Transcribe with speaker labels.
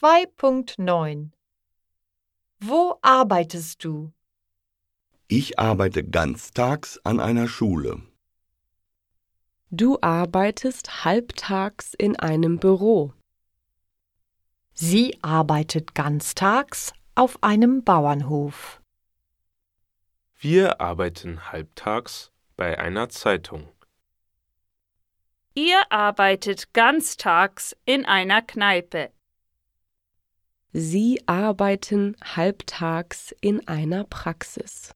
Speaker 1: 2.9 Wo arbeitest du?
Speaker 2: Ich arbeite ganztags an einer Schule.
Speaker 3: Du arbeitest halbtags in einem Büro.
Speaker 1: Sie arbeitet ganztags auf einem Bauernhof.
Speaker 4: Wir arbeiten halbtags bei einer Zeitung.
Speaker 5: Ihr arbeitet ganztags in einer Kneipe.
Speaker 3: Sie arbeiten halbtags in einer Praxis.